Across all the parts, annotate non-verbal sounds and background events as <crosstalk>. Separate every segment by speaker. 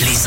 Speaker 1: Les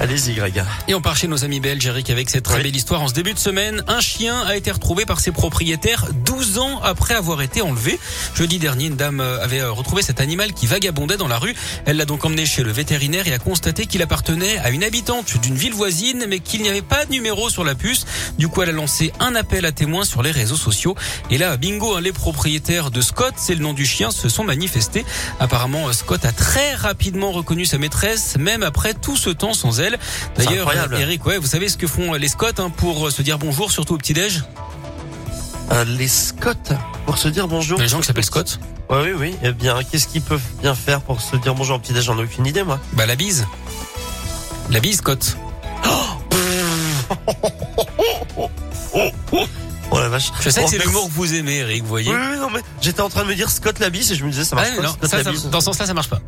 Speaker 2: Allez-y, Greg.
Speaker 3: Et on part chez nos amis belges, Eric, avec cette très
Speaker 2: Oui.
Speaker 3: belle histoire. En ce début de semaine, un chien a été retrouvé par ses propriétaires 12 ans après avoir été enlevé. Jeudi dernier, une dame euh, avait euh, retrouvé cet animal qui vagabondait dans la rue. Elle l'a donc emmené chez le vétérinaire et a constaté qu'il appartenait à une habitante d'une ville voisine, mais qu'il n'y avait pas de numéro sur la puce. Du coup, elle a lancé un appel à témoins sur les réseaux sociaux. Et là, bingo, hein, les propriétaires de Scott, c'est le nom du chien, se sont manifestés. Apparemment, euh, Scott a très rapidement reconnu sa maîtresse, même après tout ce temps sans elle.
Speaker 2: C'est
Speaker 3: D'ailleurs,
Speaker 2: incroyable.
Speaker 3: Eric, ouais, vous savez ce que font les Scots hein, pour euh, se dire bonjour, surtout au petit-déj
Speaker 2: Euh, les Scott, pour se dire bonjour.
Speaker 3: Les gens qui s'appellent Scott
Speaker 2: Ouais, oui, oui. Eh bien, qu'est-ce qu'ils peuvent bien faire pour se dire bonjour au petit-déj J'en ai aucune idée, moi.
Speaker 3: Bah la bise. La bise, Scott.
Speaker 2: Oh la vache.
Speaker 3: Je sais
Speaker 2: Oh,
Speaker 3: que c'est
Speaker 2: mais-
Speaker 3: l'humour que vous aimez, Eric, vous voyez.
Speaker 2: Oui, oui, non, mais j'étais en train de me dire Scott la bise et je me disais ça marche
Speaker 3: Ah,
Speaker 2: pas,
Speaker 3: non,
Speaker 2: Scott
Speaker 3: ça,
Speaker 2: la
Speaker 3: ça-
Speaker 2: bise.
Speaker 3: dans ce sens-là, ça marche pas.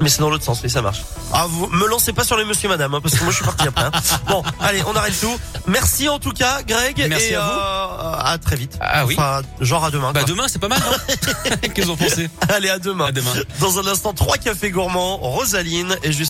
Speaker 2: Mais c'est dans l'autre sens, oui, ça marche. Ah, vous me lancez pas sur les monsieur madame, hein, parce que moi je suis parti après. hein. Bon, allez, on arrête tout. Merci en tout cas, Greg.
Speaker 3: Merci
Speaker 2: et,
Speaker 3: à vous.
Speaker 2: euh, à très vite.
Speaker 3: Ah oui.
Speaker 2: Enfin, genre à demain.
Speaker 3: Bah
Speaker 2: quoi.
Speaker 3: demain, c'est pas mal,
Speaker 2: <laughs>
Speaker 3: non Qu'est-ce que vous en pensez
Speaker 2: Allez, à demain.
Speaker 3: À demain.
Speaker 2: Dans un instant, trois cafés gourmands, Rosaline et juste